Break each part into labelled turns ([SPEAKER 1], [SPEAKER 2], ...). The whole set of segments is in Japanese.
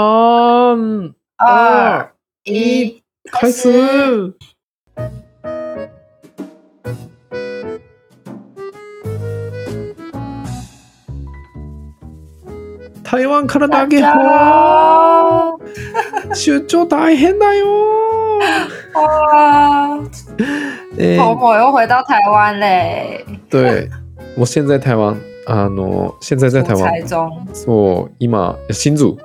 [SPEAKER 1] 三、
[SPEAKER 2] 二、
[SPEAKER 1] 一，
[SPEAKER 2] 开
[SPEAKER 1] 开
[SPEAKER 2] 始
[SPEAKER 1] 始。台湾から投げ
[SPEAKER 2] あ
[SPEAKER 1] 出張大変だよ。
[SPEAKER 2] 哇，
[SPEAKER 1] え
[SPEAKER 2] 好
[SPEAKER 1] ー
[SPEAKER 2] 我又回到台湾嘞，
[SPEAKER 1] 对，我现在台湾，あの現在在台
[SPEAKER 2] 出差
[SPEAKER 1] 湾。
[SPEAKER 2] 中，
[SPEAKER 1] そう、今新宿、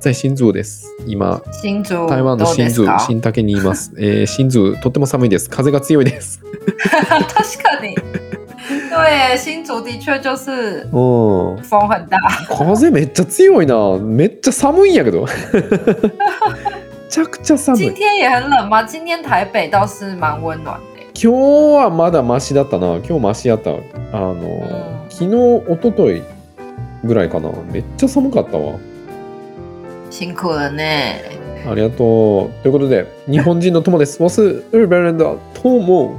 [SPEAKER 1] 在新宿です。今
[SPEAKER 2] 新竹，
[SPEAKER 1] 台湾の
[SPEAKER 2] どうで
[SPEAKER 1] 新
[SPEAKER 2] す
[SPEAKER 1] 宿
[SPEAKER 2] か
[SPEAKER 1] 新竹にいます。えー、新宿とっても寒いです。風が強いです。
[SPEAKER 2] 確かに， 对，新竹的确就是
[SPEAKER 1] うん。
[SPEAKER 2] 风很大，
[SPEAKER 1] 風めっちゃ強いなめっちゃ寒いんやけどめちゃくちゃ寒い
[SPEAKER 2] 今
[SPEAKER 1] 今
[SPEAKER 2] 天也很冷吗？今天台北倒是蛮温暖的，
[SPEAKER 1] 日はまだマシだったな今日マシやったあの、
[SPEAKER 2] うん
[SPEAKER 1] 昨日一昨日ぐらいかなめっちゃ寒かったわ
[SPEAKER 2] 辛苦了呢。
[SPEAKER 1] ありがとうということで日本人の友です我是日本人的友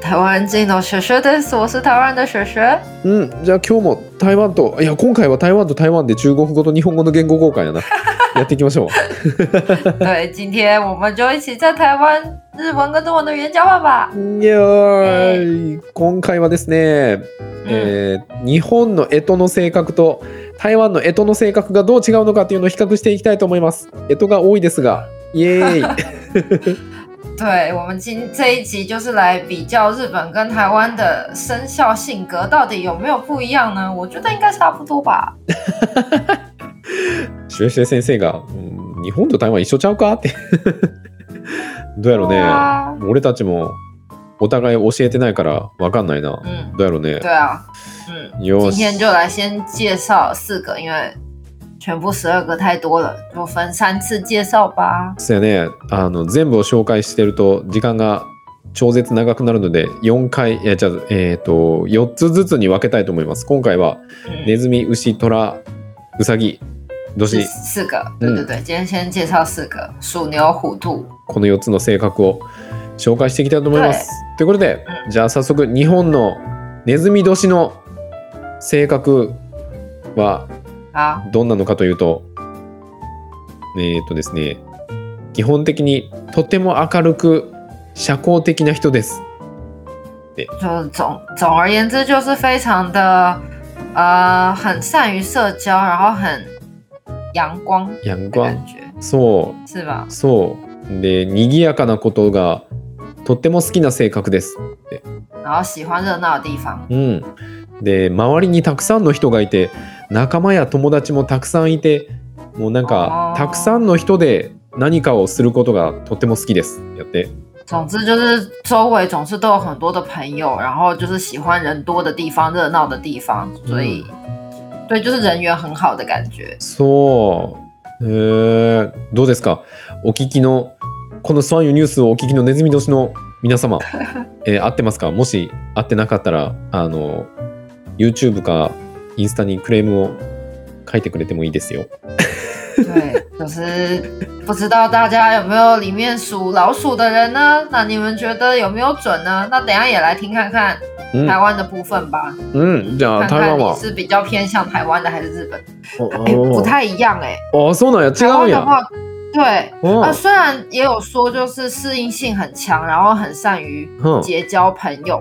[SPEAKER 2] 台湾进的雪雪的，我是台湾的雪雪，
[SPEAKER 1] うんじゃあ今日も台湾といや今回は台湾と台湾で中国語と日本語の言語交換やなやっていきましょう
[SPEAKER 2] 对，今天我们就一起在台湾日文跟中文的语言交换吧。
[SPEAKER 1] いやー今回はですね
[SPEAKER 2] 嗯，
[SPEAKER 1] えー日本の干支の性格と台湾の干支の性格がどう違うのかというのを比較していきたいと思います。干支が多いですが、イエ ーイ。
[SPEAKER 2] 对，我们今这一集就是来比较日本跟台湾的生肖性格到底有没有不一样呢？我觉得应该差不多吧。
[SPEAKER 1] シュエシュエ先生が、うん日本と台湾一緒ちゃうかって。 どうやろう
[SPEAKER 2] 对
[SPEAKER 1] ね。
[SPEAKER 2] 啊，
[SPEAKER 1] 俺たちもお互い教えてないからわかんないな。
[SPEAKER 2] 嗯，
[SPEAKER 1] どうやろうね
[SPEAKER 2] 对。啊，嗯，
[SPEAKER 1] よ
[SPEAKER 2] 今
[SPEAKER 1] し。
[SPEAKER 2] 天就来先介绍四个，因为全部十二个太多了，就分三次介绍吧。
[SPEAKER 1] そうやね。あの、全部を紹介してると時間が超絶長くなるので、4回、いや、じゃあえっ、と、4つずつに分けたいと思います。今回は、ネ
[SPEAKER 2] 嗯，
[SPEAKER 1] ズミ、牛、虎、ウサギ、
[SPEAKER 2] 是嗯
[SPEAKER 1] 年、
[SPEAKER 2] 四个，对对对，今天先介绍四个：鼠、牛、虎、兔。
[SPEAKER 1] この4つの性格を紹介していきたいと思います。ということで、じゃあ早速、日本のネズミ年の性格は
[SPEAKER 2] 好，
[SPEAKER 1] どんなのかというと、えっ、とですね、基本的にとても明るく社交的な人です。
[SPEAKER 2] 就总总而言之，就是非常的呃，很善于社交，然后很阳光
[SPEAKER 1] ヤン
[SPEAKER 2] 的
[SPEAKER 1] グワ
[SPEAKER 2] 感
[SPEAKER 1] ン。
[SPEAKER 2] 觉，
[SPEAKER 1] そう、
[SPEAKER 2] 是吧？
[SPEAKER 1] そう。で、賑やかなことがとっても好きな性格です。
[SPEAKER 2] 然后喜欢热闹的地方，
[SPEAKER 1] うん、で周りにたくさんの人がいて仲間や友達もたくさんいてもうなんか
[SPEAKER 2] あー
[SPEAKER 1] たくさんの人で何かをすることがとっても好きですやって
[SPEAKER 2] 总之就是周围总是都有很多的朋友，然后就是喜欢人多的地方、热闹的地方，所以、对，就是人缘很好的感觉。
[SPEAKER 1] そう、えー、どうですかお聞きのこのスワンユニュースをお聞きのネズミ年の皆 様、えー合ってますかもし合ってなかったらあの YouTube かインスタにクレームを書いてくれてもいいですよ
[SPEAKER 2] 对，就是不知道大家有没有里面属老鼠的人呢？那你们觉得有没有准呢？那等一下也来听看看
[SPEAKER 1] 嗯
[SPEAKER 2] 台湾的部分吧。
[SPEAKER 1] うんじゃあ啊
[SPEAKER 2] 看
[SPEAKER 1] 台
[SPEAKER 2] 看
[SPEAKER 1] 湾哦
[SPEAKER 2] 你
[SPEAKER 1] は
[SPEAKER 2] 是比较偏向台湾的还是日本？哎、不
[SPEAKER 1] あ
[SPEAKER 2] 太一样哎、
[SPEAKER 1] あそうなんや
[SPEAKER 2] 台
[SPEAKER 1] 違う
[SPEAKER 2] 湾
[SPEAKER 1] ん
[SPEAKER 2] 的
[SPEAKER 1] や
[SPEAKER 2] 话，对
[SPEAKER 1] うん
[SPEAKER 2] 啊，虽然也有说就是适应性很强，然后很善于
[SPEAKER 1] うん
[SPEAKER 2] 结交朋友，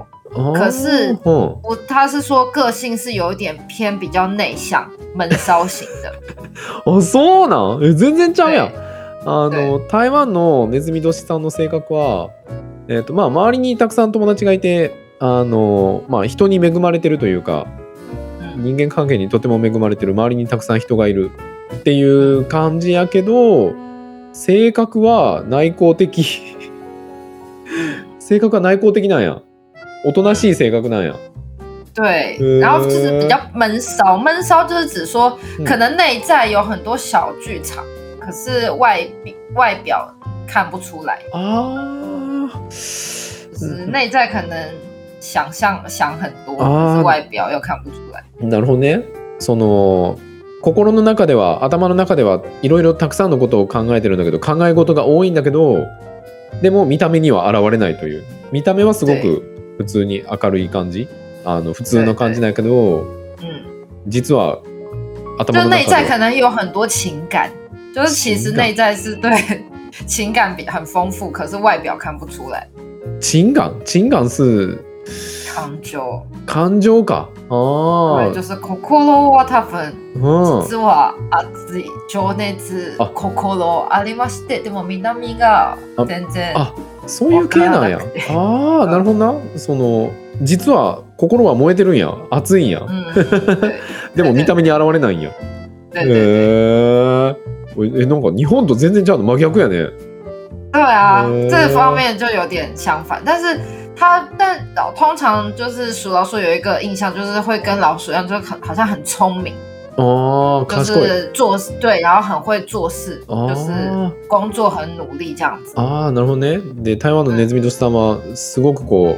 [SPEAKER 2] 可是
[SPEAKER 1] 哦
[SPEAKER 2] 我他是说个性是有一点偏比较内向、闷骚型的。
[SPEAKER 1] うん、あそうなんえ全然ちゃうやん
[SPEAKER 2] 对
[SPEAKER 1] あの台湾のネズミ年さんの性格は、えっとまあ、周りにたくさん友達がいてあの、まあ、人に恵まれてるというか
[SPEAKER 2] 嗯，
[SPEAKER 1] 人間関係にとても恵まれてる周りにたくさん人がいるっていう感じやけど性格は内向的 性格は内向的なんやおとなしい性格なんや、
[SPEAKER 2] 对
[SPEAKER 1] 呃，
[SPEAKER 2] 然后就是比较闷骚，闷骚就是指说
[SPEAKER 1] 嗯
[SPEAKER 2] 可能内在有很多小剧场，可是外表外表看不出来。
[SPEAKER 1] ああ
[SPEAKER 2] 就是
[SPEAKER 1] 嗯
[SPEAKER 2] 内在可能想象想很多，
[SPEAKER 1] 啊
[SPEAKER 2] 可是外表又看不出来。
[SPEAKER 1] なるほどね。その心の中では頭の中ではいろいろたくさんのことを考えてるんだけど考え事が多いんだけどでも見た目には現れないという見た目はすごく普通に明るい感じあの普通の感じなんやけど
[SPEAKER 2] 嗯，
[SPEAKER 1] 実は頭
[SPEAKER 2] 就
[SPEAKER 1] の中
[SPEAKER 2] 内在
[SPEAKER 1] で
[SPEAKER 2] 可能有很多情感，就是其实
[SPEAKER 1] 情感
[SPEAKER 2] 内在是对 情感比很丰富，可是外表看不出来。
[SPEAKER 1] 情感情感是
[SPEAKER 2] 感情，
[SPEAKER 1] 感情かあ
[SPEAKER 2] 对，就是 kokoro wa 他分，
[SPEAKER 1] あうん
[SPEAKER 2] 実は熱い情熱
[SPEAKER 1] 嗯あ
[SPEAKER 2] kokoro ありまして、でも南が全然
[SPEAKER 1] あそういう系なんや
[SPEAKER 2] わからなくて
[SPEAKER 1] ああなるほどなその実は心は燃えてるんや熱いんや
[SPEAKER 2] 嗯， 对
[SPEAKER 1] でも見た目に現れないんや
[SPEAKER 2] 对
[SPEAKER 1] へ
[SPEAKER 2] 对对，
[SPEAKER 1] ええなんか日本と全然ちゃうの真逆やね
[SPEAKER 2] 对啊
[SPEAKER 1] 呃，
[SPEAKER 2] 这方面就有点相反，但是。他但老通常就是属老鼠有一个印象，就是会跟老鼠一样，就是很好像很聪明，
[SPEAKER 1] ああ
[SPEAKER 2] 就
[SPEAKER 1] 賢い
[SPEAKER 2] 是做事对，然后很会做事，
[SPEAKER 1] 哦
[SPEAKER 2] 就是工作很努力这样子。
[SPEAKER 1] ああなるほどねで台湾のネズミ年玉はすごくこう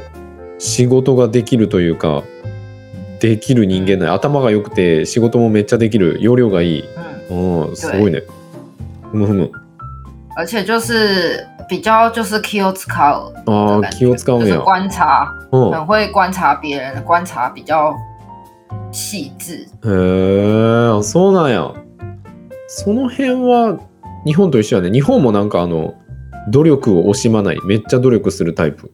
[SPEAKER 1] 仕事ができるというかできる人間ない頭が良くて仕事もめっちゃできる容量がいい
[SPEAKER 2] 嗯，
[SPEAKER 1] うんすごいねふむふむ
[SPEAKER 2] 而且就是比较就是 Q 使う
[SPEAKER 1] あ
[SPEAKER 2] 的
[SPEAKER 1] あ
[SPEAKER 2] 感觉，
[SPEAKER 1] 気を使うん
[SPEAKER 2] 就是
[SPEAKER 1] や
[SPEAKER 2] 观察，
[SPEAKER 1] うん
[SPEAKER 2] 很会观察别人，观察比较细致。
[SPEAKER 1] へえそうなんやその辺は日本と一緒やね日本もなんかあの努力を惜しまないめっちゃ努力するタイプ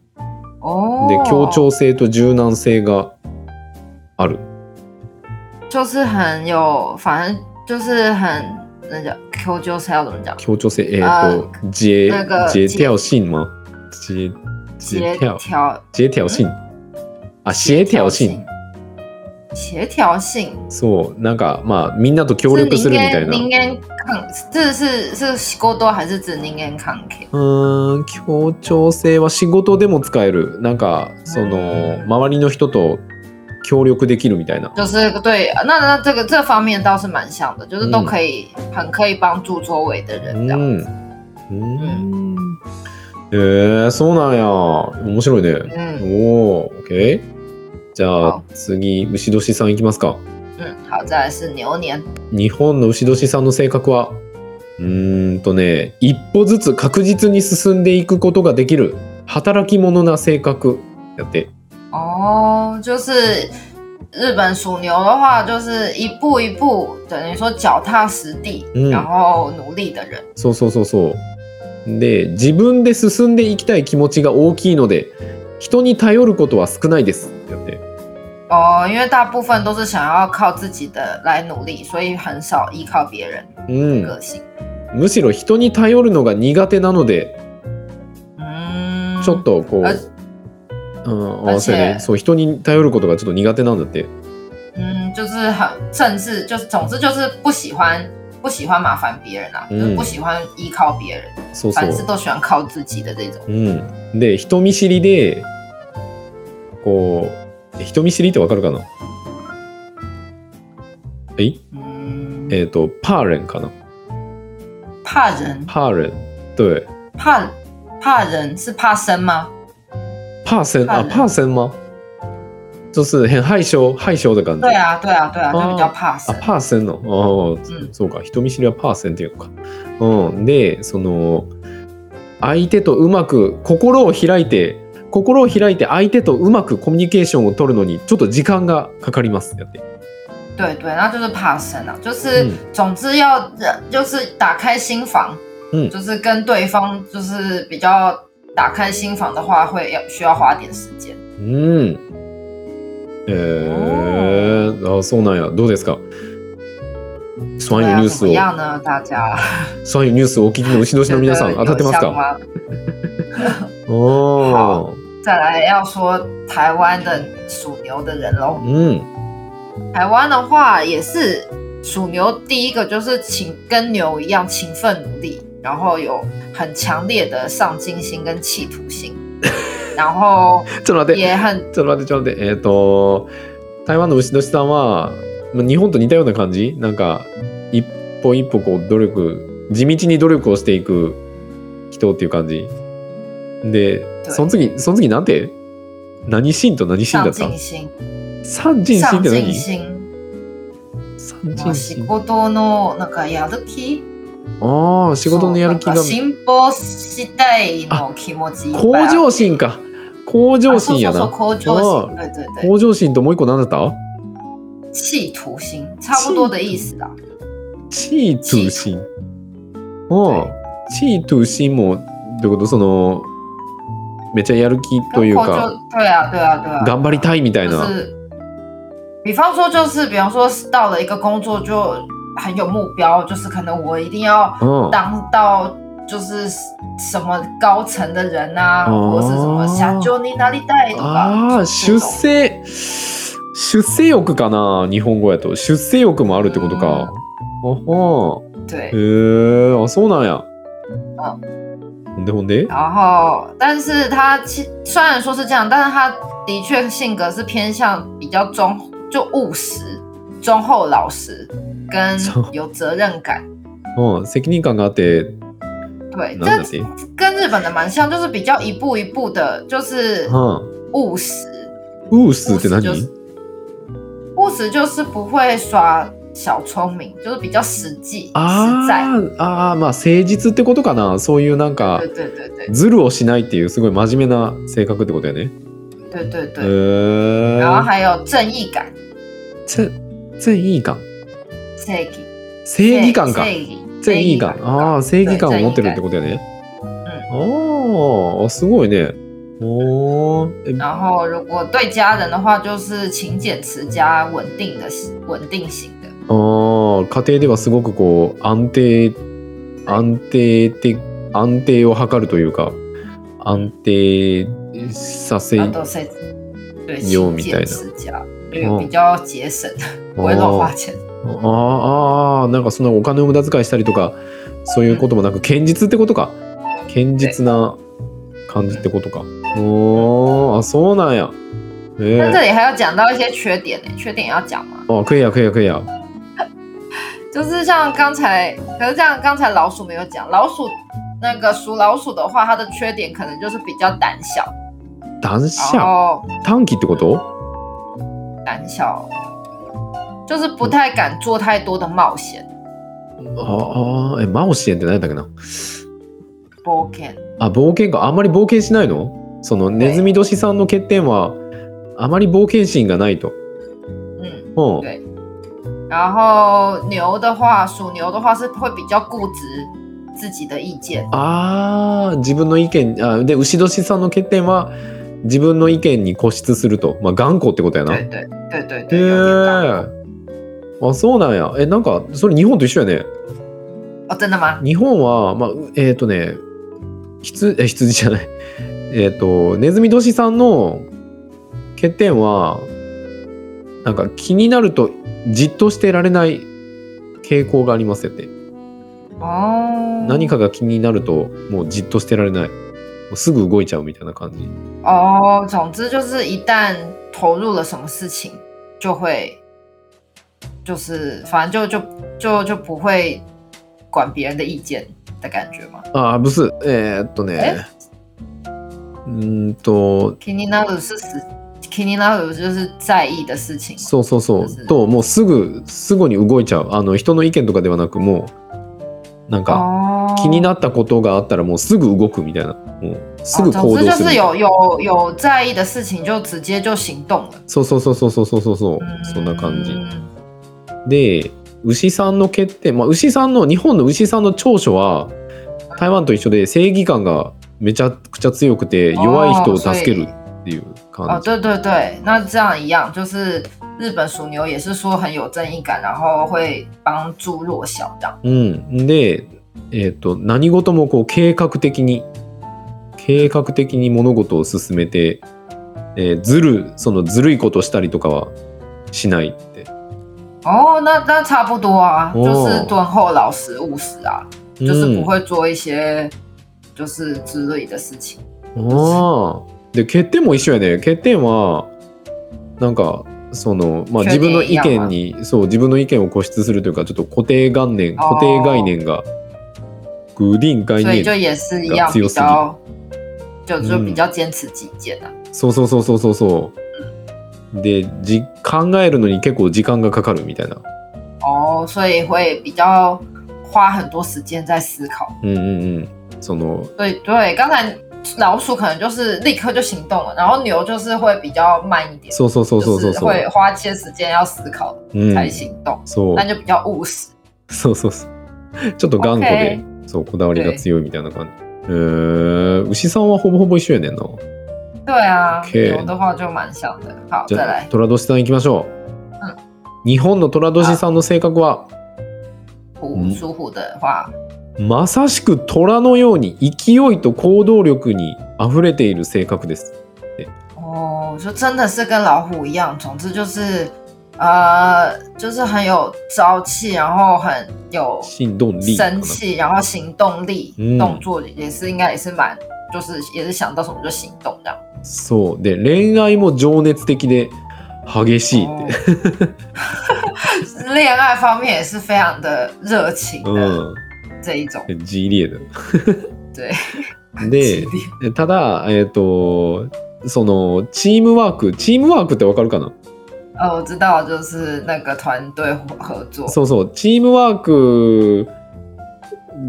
[SPEAKER 2] 哦，
[SPEAKER 1] で協調性と柔軟性がある
[SPEAKER 2] 就是很有，反正就是很那叫 Q 就是要怎么讲，
[SPEAKER 1] 協調性えっ、
[SPEAKER 2] あ
[SPEAKER 1] と自衛
[SPEAKER 2] なんか
[SPEAKER 1] 自衛跳信吗自衛自
[SPEAKER 2] 协
[SPEAKER 1] 衛跳
[SPEAKER 2] 调
[SPEAKER 1] 自衛跳信あ自衛跳信。
[SPEAKER 2] 协调性
[SPEAKER 1] そうなんかまあみんなと協
[SPEAKER 2] 是
[SPEAKER 1] 力する
[SPEAKER 2] 人
[SPEAKER 1] みたい
[SPEAKER 2] 間
[SPEAKER 1] な
[SPEAKER 2] 人間関是是是仕事还是指人間関係？
[SPEAKER 1] うーん協調性は仕事でも使えるなんかその周りの人と協力できるみたいな
[SPEAKER 2] 就是对，那那这个这方面倒是蛮像的，就是都可以、很可以帮助周围的
[SPEAKER 1] うん
[SPEAKER 2] 人这样。
[SPEAKER 1] うんえー、そうなんや面白いね
[SPEAKER 2] 嗯
[SPEAKER 1] おお OK じゃあ
[SPEAKER 2] 好
[SPEAKER 1] 次牛年さんいきますか
[SPEAKER 2] 嗯，好，再来是牛年，
[SPEAKER 1] 日本の牛年さんの性格はうーんとね一歩ずつ確実に進んでいくことができる働き者な性格やって
[SPEAKER 2] 哦，就是日本属牛的话，就是一步一步，等于说脚踏实地，
[SPEAKER 1] 嗯
[SPEAKER 2] 然后努力的人。
[SPEAKER 1] そうそうそうそう。で自分で進んでいきたい気持ちが大きいので人に頼ることは少ないですってやって。
[SPEAKER 2] 哦，因为大部分都是想要靠自己的来努力，所以很少依靠别人
[SPEAKER 1] う
[SPEAKER 2] 的个性。
[SPEAKER 1] ん、むしろ人に頼るのが苦手なので
[SPEAKER 2] 嗯，
[SPEAKER 1] ちょっとこう、
[SPEAKER 2] あ
[SPEAKER 1] うん、あ
[SPEAKER 2] あ
[SPEAKER 1] そうやね
[SPEAKER 2] せ
[SPEAKER 1] そう人に頼ることがちょっと苦手なんだって
[SPEAKER 2] 嗯，就是很，甚至就是，总之就是不喜欢，不喜欢麻烦别人啊，
[SPEAKER 1] 嗯
[SPEAKER 2] 就是不喜欢依靠别人，
[SPEAKER 1] そうそ
[SPEAKER 2] 凡事
[SPEAKER 1] う、
[SPEAKER 2] 都喜欢靠自己的这种。
[SPEAKER 1] うん、で人見知りでこう人見知りってわかるかなえ
[SPEAKER 2] 嗯，
[SPEAKER 1] えっ、とパーレンかな
[SPEAKER 2] 怕人，
[SPEAKER 1] パーレン对
[SPEAKER 2] 怕怕人是怕生吗？
[SPEAKER 1] 怕生啊，
[SPEAKER 2] 怕冷
[SPEAKER 1] 怕生吗？就是很害羞、害羞的感觉。
[SPEAKER 2] 对啊，对啊，对啊，就比较怕
[SPEAKER 1] あ
[SPEAKER 2] 生。嗯
[SPEAKER 1] パーセンの。ああ、
[SPEAKER 2] うん
[SPEAKER 1] そうか。人見知りはパーセンっていうのか。うん。で、その、相手とうまく、心を開いて、心を開いて相手とうまくコミュニケーションを取るのに、ちょっと時間がかかります。やって。
[SPEAKER 2] 对对，那就是怕生啊，就是、
[SPEAKER 1] 嗯
[SPEAKER 2] 总之要忍，就是打开心房，
[SPEAKER 1] 嗯
[SPEAKER 2] 就是跟对方就是比较打开心房的话，会要需要花点时间。
[SPEAKER 1] うん。えー、あそうなんや。どうですかソワイ
[SPEAKER 2] 对
[SPEAKER 1] ン
[SPEAKER 2] 啊
[SPEAKER 1] ニュー
[SPEAKER 2] 怎
[SPEAKER 1] ス
[SPEAKER 2] 么
[SPEAKER 1] を、
[SPEAKER 2] 样呢？大家
[SPEAKER 1] ソワインニュースをお聞きの牛年の皆さん、
[SPEAKER 2] 觉
[SPEAKER 1] 当
[SPEAKER 2] 得
[SPEAKER 1] たってます
[SPEAKER 2] 有像
[SPEAKER 1] か
[SPEAKER 2] 吗？
[SPEAKER 1] おー。
[SPEAKER 2] 再来要说台湾的属牛的人喽。
[SPEAKER 1] うん。
[SPEAKER 2] 台湾的话也是属牛，第一个就是勤跟牛一样勤奋努力，然后有很强烈的上进心跟企图心，然后
[SPEAKER 1] ちょっと待って、
[SPEAKER 2] 也很
[SPEAKER 1] ちょっと待って、ちょっと待って。えっ、と、台湾の牛年さんは、まあ日本と似たような感じなんか、一歩一歩こう努力、地道に努力をしていく人っていう感じ。で、
[SPEAKER 2] 对
[SPEAKER 1] その次、その次なんて何神と何神だ
[SPEAKER 2] 上
[SPEAKER 1] った
[SPEAKER 2] 进心、
[SPEAKER 1] 三神神
[SPEAKER 2] 上
[SPEAKER 1] って
[SPEAKER 2] 进
[SPEAKER 1] 何
[SPEAKER 2] 心。
[SPEAKER 1] 三
[SPEAKER 2] まあ
[SPEAKER 1] 神
[SPEAKER 2] 仕
[SPEAKER 1] 神。
[SPEAKER 2] 事のなんかやる気、
[SPEAKER 1] ああ、仕事のやる気が
[SPEAKER 2] そうなんか。進歩したいの気持ちいっぱい
[SPEAKER 1] 向
[SPEAKER 2] ある。
[SPEAKER 1] 上心か。向上心や
[SPEAKER 2] あそう
[SPEAKER 1] な。
[SPEAKER 2] そうそう向上
[SPEAKER 1] あ
[SPEAKER 2] 心。对对对。
[SPEAKER 1] 向上心ともう一個何だった
[SPEAKER 2] 企图心。差不多的意思啦。
[SPEAKER 1] 企图心。哦、企图心も、どういうことその、めっちゃやる気という
[SPEAKER 2] 跟
[SPEAKER 1] か
[SPEAKER 2] 就，对啊，对啊，对啊，
[SPEAKER 1] 頑張りたいみたい
[SPEAKER 2] 就
[SPEAKER 1] な。
[SPEAKER 2] 是，比方说就是，比方说到了一个工作就很有目标，就是可能我一定要
[SPEAKER 1] うん。
[SPEAKER 2] 当到就是什么高层的人啊，
[SPEAKER 1] 哦
[SPEAKER 2] 或者是什么想就你哪里带と
[SPEAKER 1] あ
[SPEAKER 2] か，
[SPEAKER 1] あ、出
[SPEAKER 2] 就是这种
[SPEAKER 1] 世、出世欲かな日本語やと。出世欲もあるってことか。あは
[SPEAKER 2] 对
[SPEAKER 1] ー。へえ、あ、そうなんや。ほんでほんで
[SPEAKER 2] 然后，但是他其虽然说是这样，但是他的确性格是偏向比较忠，就务实、忠厚老实，跟
[SPEAKER 1] 忠
[SPEAKER 2] 有责任感。
[SPEAKER 1] うん、責任感があって、
[SPEAKER 2] 对，
[SPEAKER 1] なんだっ
[SPEAKER 2] 这
[SPEAKER 1] てうん。
[SPEAKER 2] 跟日本的蛮像，就是比较一步一步的，就是
[SPEAKER 1] 嗯
[SPEAKER 2] 务实。
[SPEAKER 1] ウースって
[SPEAKER 2] ウースで
[SPEAKER 1] 何
[SPEAKER 2] す务实就是不会耍小聪明，就是比较实际、
[SPEAKER 1] 啊
[SPEAKER 2] 实在。
[SPEAKER 1] あーあー、まあ誠実ってことかな。そういうなんか
[SPEAKER 2] 对、对对对
[SPEAKER 1] ズルをしないっていうすごい真面目な性格ってことやね。
[SPEAKER 2] 对对
[SPEAKER 1] へ
[SPEAKER 2] 对。
[SPEAKER 1] え
[SPEAKER 2] 然后。还有正义感，
[SPEAKER 1] 正正義感。
[SPEAKER 2] 正义，
[SPEAKER 1] 正義感か。哦
[SPEAKER 2] 正义，
[SPEAKER 1] 正義感。ああ、正義感を
[SPEAKER 2] 对
[SPEAKER 1] 持ってるっ
[SPEAKER 2] 正
[SPEAKER 1] て
[SPEAKER 2] 義
[SPEAKER 1] ことやね。ああ、すごいね。おお。え
[SPEAKER 2] 然后，如果对家人的话，就是勤俭持家、稳定的、稳定型的。
[SPEAKER 1] あー家庭ではすごくこう安定安定的安定を図るというか安定させ
[SPEAKER 2] 然后都是对
[SPEAKER 1] 有
[SPEAKER 2] 勤
[SPEAKER 1] 米带的哦
[SPEAKER 2] 俭持家，对，比较节省，不会乱花钱。
[SPEAKER 1] あーあーなんかそんなお金を無駄遣いしたりとかそういうこともなく堅実ってことか堅実な感じってことかおーあそうなんやえ
[SPEAKER 2] 但这
[SPEAKER 1] え
[SPEAKER 2] 里还要讲到一些缺点呢、缺点也要讲吗？
[SPEAKER 1] あクリアクリアクリア
[SPEAKER 2] 就是像刚才，可是这样，刚才老鼠没有讲，老鼠那个属老鼠的话，它的缺点可能就是比较胆小，
[SPEAKER 1] 短
[SPEAKER 2] 然
[SPEAKER 1] 射
[SPEAKER 2] 后
[SPEAKER 1] 短期ってこと
[SPEAKER 2] 胆小就是不太敢做太多的冒险。
[SPEAKER 1] ああえマオシエンって何だっけな
[SPEAKER 2] b o
[SPEAKER 1] あ冒険かあんまり冒険しないのそのネズミ年さんの欠点はあまり冒険心がないと。
[SPEAKER 2] 嗯。
[SPEAKER 1] うん、
[SPEAKER 2] 对然后牛的话，属牛的话是会比较固执自己的意
[SPEAKER 1] 哦
[SPEAKER 2] 见，
[SPEAKER 1] あー自分の意見あで牛年さんの欠点は自分の意見に固執すると、まあ、頑固ってことやな。
[SPEAKER 2] 对
[SPEAKER 1] へ
[SPEAKER 2] 对对对
[SPEAKER 1] え
[SPEAKER 2] 对，有点大
[SPEAKER 1] あそうなんや。えなんかそれ日本と一緒やね。
[SPEAKER 2] 哦，真的吗？
[SPEAKER 1] 日本は、まあ、うえっ、とね羊え羊じゃない えっ、とネズミ年さんの欠点はなんか気になるとじっとしてられない傾向がありますよって
[SPEAKER 2] 哦，
[SPEAKER 1] 何かが気になるともうじっとしてられないもうすぐ動いちゃうみたいな感じ
[SPEAKER 2] 哦，总之就是一旦投入了什么事情，就会就是反正就就就就不会管别人的意见的感觉嘛。
[SPEAKER 1] ああブスえっとねうーんと
[SPEAKER 2] k i n i n a r u 是死 k i n i n a r u 就是在意的事情嘛，
[SPEAKER 1] そうそうそ
[SPEAKER 2] そう
[SPEAKER 1] うともうすぐすぐに動いちゃうあの人の意見とかではなくもうなんか、
[SPEAKER 2] 哦，
[SPEAKER 1] 気になったことがあったらもう是ぐ動くみたいなもうすぐ
[SPEAKER 2] 哦
[SPEAKER 1] 行
[SPEAKER 2] 总
[SPEAKER 1] 動す
[SPEAKER 2] 之
[SPEAKER 1] る
[SPEAKER 2] 就是有有有在意的事情就直接就行动了。
[SPEAKER 1] そうそうそうそうそうそうそうそう
[SPEAKER 2] 嗯
[SPEAKER 1] そんな感じで牛さんの欠点、まあ、牛さんの日本の牛さんの長所は台湾と一緒で正義感がめちゃくちゃ強くて弱い人を助けるっていう
[SPEAKER 2] 哦
[SPEAKER 1] 感，じ
[SPEAKER 2] 对对对，那这样一样，就是日本属牛也是说很有正义感，然后会帮助弱小这样。
[SPEAKER 1] うんでえっ、と何事もこう計画的に計画的に物事を進めて、えーずるそのずるいことしたりとかはしないって
[SPEAKER 2] 哦，那那差不多啊，
[SPEAKER 1] 哦嗯
[SPEAKER 2] 就是敦厚老实务实啊，就是
[SPEAKER 1] うん
[SPEAKER 2] 不会做一些就是之类的事情。
[SPEAKER 1] ああで欠点も一緒やね欠点はなんかそのまあ
[SPEAKER 2] 欠
[SPEAKER 1] 自
[SPEAKER 2] 点
[SPEAKER 1] 分の意
[SPEAKER 2] いや
[SPEAKER 1] 見
[SPEAKER 2] わ
[SPEAKER 1] にそう自分の意見を固執するというかちょっと固定概念
[SPEAKER 2] あー
[SPEAKER 1] 固定概念がグリーン概
[SPEAKER 2] 所以就
[SPEAKER 1] 念
[SPEAKER 2] 也是一样
[SPEAKER 1] 自由
[SPEAKER 2] 比
[SPEAKER 1] 自己
[SPEAKER 2] 较，就就
[SPEAKER 1] 嗯
[SPEAKER 2] 比较坚持己见啊。
[SPEAKER 1] そうそうそうそうそうそうでじ考えるのに結構時間がかかるみたいな
[SPEAKER 2] 哦，所以会比较花很多时间在思考。
[SPEAKER 1] うんうんうんその
[SPEAKER 2] 对对，刚才老鼠可能就是立刻就行动了，然后牛就是会比较慢一点，
[SPEAKER 1] そうそうそうそうそう
[SPEAKER 2] 就是
[SPEAKER 1] そ
[SPEAKER 2] 会
[SPEAKER 1] う。
[SPEAKER 2] 花些时间要思考
[SPEAKER 1] うん
[SPEAKER 2] 才行动，
[SPEAKER 1] そう
[SPEAKER 2] 那、就比较务实。
[SPEAKER 1] そうそうそう。ちょっと頑固で、そう、こだわりが強いみたいな感じ。えー、牛さんはほぼほぼ一緒やねんな。
[SPEAKER 2] 对啊
[SPEAKER 1] OK
[SPEAKER 2] 牛的话就蛮像的。好，
[SPEAKER 1] じ
[SPEAKER 2] 再
[SPEAKER 1] ゃあ
[SPEAKER 2] 来，
[SPEAKER 1] 寅年さん行きましょ
[SPEAKER 2] うん
[SPEAKER 1] う。日本の寅年さんの性格は、
[SPEAKER 2] 虎
[SPEAKER 1] 嗯
[SPEAKER 2] 属虎的话，
[SPEAKER 1] まさしく虎のように勢いと行動力に溢れている性格です。
[SPEAKER 2] 哦，就真的是跟老虎一样，总之就是，呃，就是很有朝气，然后很有
[SPEAKER 1] 行動力かな
[SPEAKER 2] 生气，然后行动力，
[SPEAKER 1] 嗯
[SPEAKER 2] 动作也是应该也是蛮，就是也是想到什么就行动这样。
[SPEAKER 1] そう。で、恋愛も情熱的で激しいって。
[SPEAKER 2] 哦 恋爱方面也是非常的热情 的
[SPEAKER 1] うん。
[SPEAKER 2] 这一种，
[SPEAKER 1] 激烈だ。
[SPEAKER 2] 对，
[SPEAKER 1] で、ただ、えっ、と、その、チームワーク、チームワークってわかるかな
[SPEAKER 2] 呃，我知道，就是那个团队合合作，
[SPEAKER 1] そうそう、チームワーク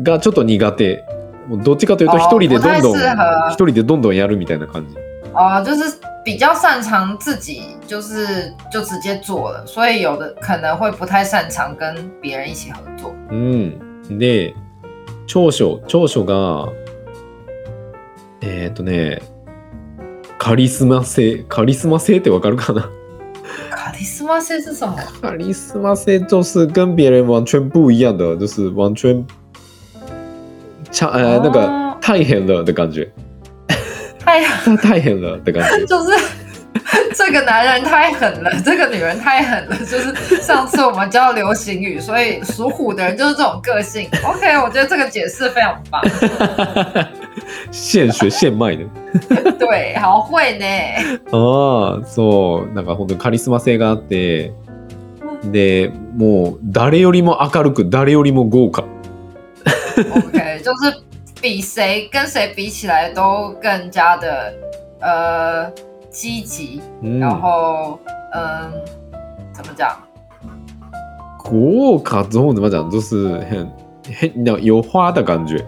[SPEAKER 1] がちょっと苦手。もうどっちかというと、
[SPEAKER 2] あー
[SPEAKER 1] 一人でどんどん、
[SPEAKER 2] 不太适合
[SPEAKER 1] 一人でどんどんやるみたいな感じ。
[SPEAKER 2] 哦、就是比较擅长自己，就是就直接做了，所以有的可能会不太擅长跟别人一起合作。
[SPEAKER 1] うん。で、長所、長所が、えっ、とね、カリスマ性、カリスマ性ってわかるかな
[SPEAKER 2] 卡迪斯马是是什么？
[SPEAKER 1] カリスマ性就是跟别人完全不一样的，就是完全差呃、
[SPEAKER 2] 哦
[SPEAKER 1] 那个太狠了的感觉，
[SPEAKER 2] 太狠，。
[SPEAKER 1] 太太狠了的感觉
[SPEAKER 2] 就是 这个男人太狠了，这个女人太狠了。就是上次我们教流行语，所以属虎的人就是这种个性。OK，我觉得这个解释非常棒。
[SPEAKER 1] 现学现卖的
[SPEAKER 2] 对，好会呢。
[SPEAKER 1] ああ、そうなんか本当にカリスマ性があって、でもう誰よりも明るく誰よりも豪華。
[SPEAKER 2] OK，就是比谁跟谁比起来都更加的呃积极，
[SPEAKER 1] うん
[SPEAKER 2] 然后嗯，怎么讲？
[SPEAKER 1] 豪華そう怎么讲？就是很很那有花的感觉，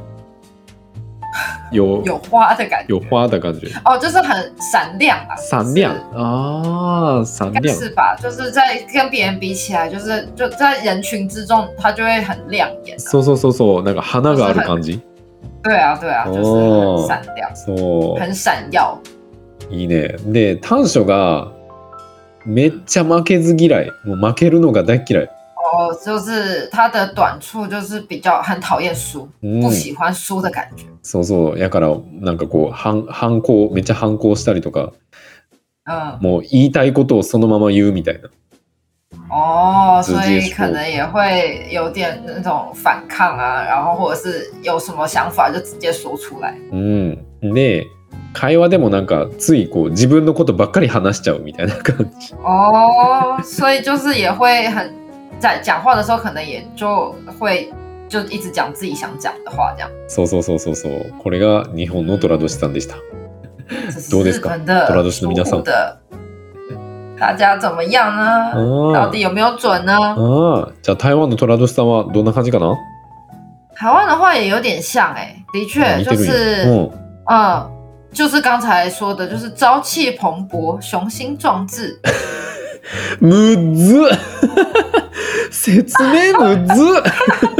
[SPEAKER 1] 有
[SPEAKER 2] 有花的感觉。
[SPEAKER 1] 有花的感觉，
[SPEAKER 2] 哦，就是很闪亮啊，
[SPEAKER 1] 闪亮
[SPEAKER 2] 就是
[SPEAKER 1] 啊，闪
[SPEAKER 2] 应该
[SPEAKER 1] 亮。
[SPEAKER 2] 是吧？就是在跟别人比起来，就是就在人群之中，他就会很亮眼、啊。
[SPEAKER 1] そうそうそうそう、なんか花がある感じ。
[SPEAKER 2] 对啊，对
[SPEAKER 1] 哦
[SPEAKER 2] 啊，就是很闪亮，
[SPEAKER 1] そ
[SPEAKER 2] 很闪耀。
[SPEAKER 1] う。いいね。で、短所がめっちゃ負けず嫌い。もう負けるのが大嫌い。
[SPEAKER 2] 哦，就是他的短处就是比较很讨厌输，
[SPEAKER 1] う
[SPEAKER 2] 不
[SPEAKER 1] ん、
[SPEAKER 2] 喜欢输的感觉。
[SPEAKER 1] そうそう。やから、なんかこう、反反抗、めっちゃ反抗したりとか、
[SPEAKER 2] 嗯，
[SPEAKER 1] もう言いたいことをそのまま言うみたいな。
[SPEAKER 2] 哦，
[SPEAKER 1] 直接
[SPEAKER 2] 所以
[SPEAKER 1] 输
[SPEAKER 2] 可能也会有点那种反抗啊，然后或者是有什么想法就直接说出来。
[SPEAKER 1] うん。で、会話でもなんか、ついこう、自分のことばっかり話しちゃうみたいな感じ。
[SPEAKER 2] 哦，所以就是也会很在讲话的时候，可能也就会就一直讲自己想讲的话，这样。
[SPEAKER 1] そうそうそうそうそう。これが日本の虎年さんでした。
[SPEAKER 2] 这是
[SPEAKER 1] どうで
[SPEAKER 2] 日
[SPEAKER 1] すか
[SPEAKER 2] 本的
[SPEAKER 1] トラド氏の皆さん
[SPEAKER 2] 属虎的，大家怎么样呢？
[SPEAKER 1] 嗯
[SPEAKER 2] 到底有没有准呢？
[SPEAKER 1] ああ、じゃあ台湾の虎年さんはどんな感じかな
[SPEAKER 2] 台湾的话也有点像哎、的确
[SPEAKER 1] 似
[SPEAKER 2] 就
[SPEAKER 1] てるんや
[SPEAKER 2] 是
[SPEAKER 1] うん。
[SPEAKER 2] 嗯，就是刚才说的，就是朝气蓬勃、雄心壮志。
[SPEAKER 1] むず っ説明むずっ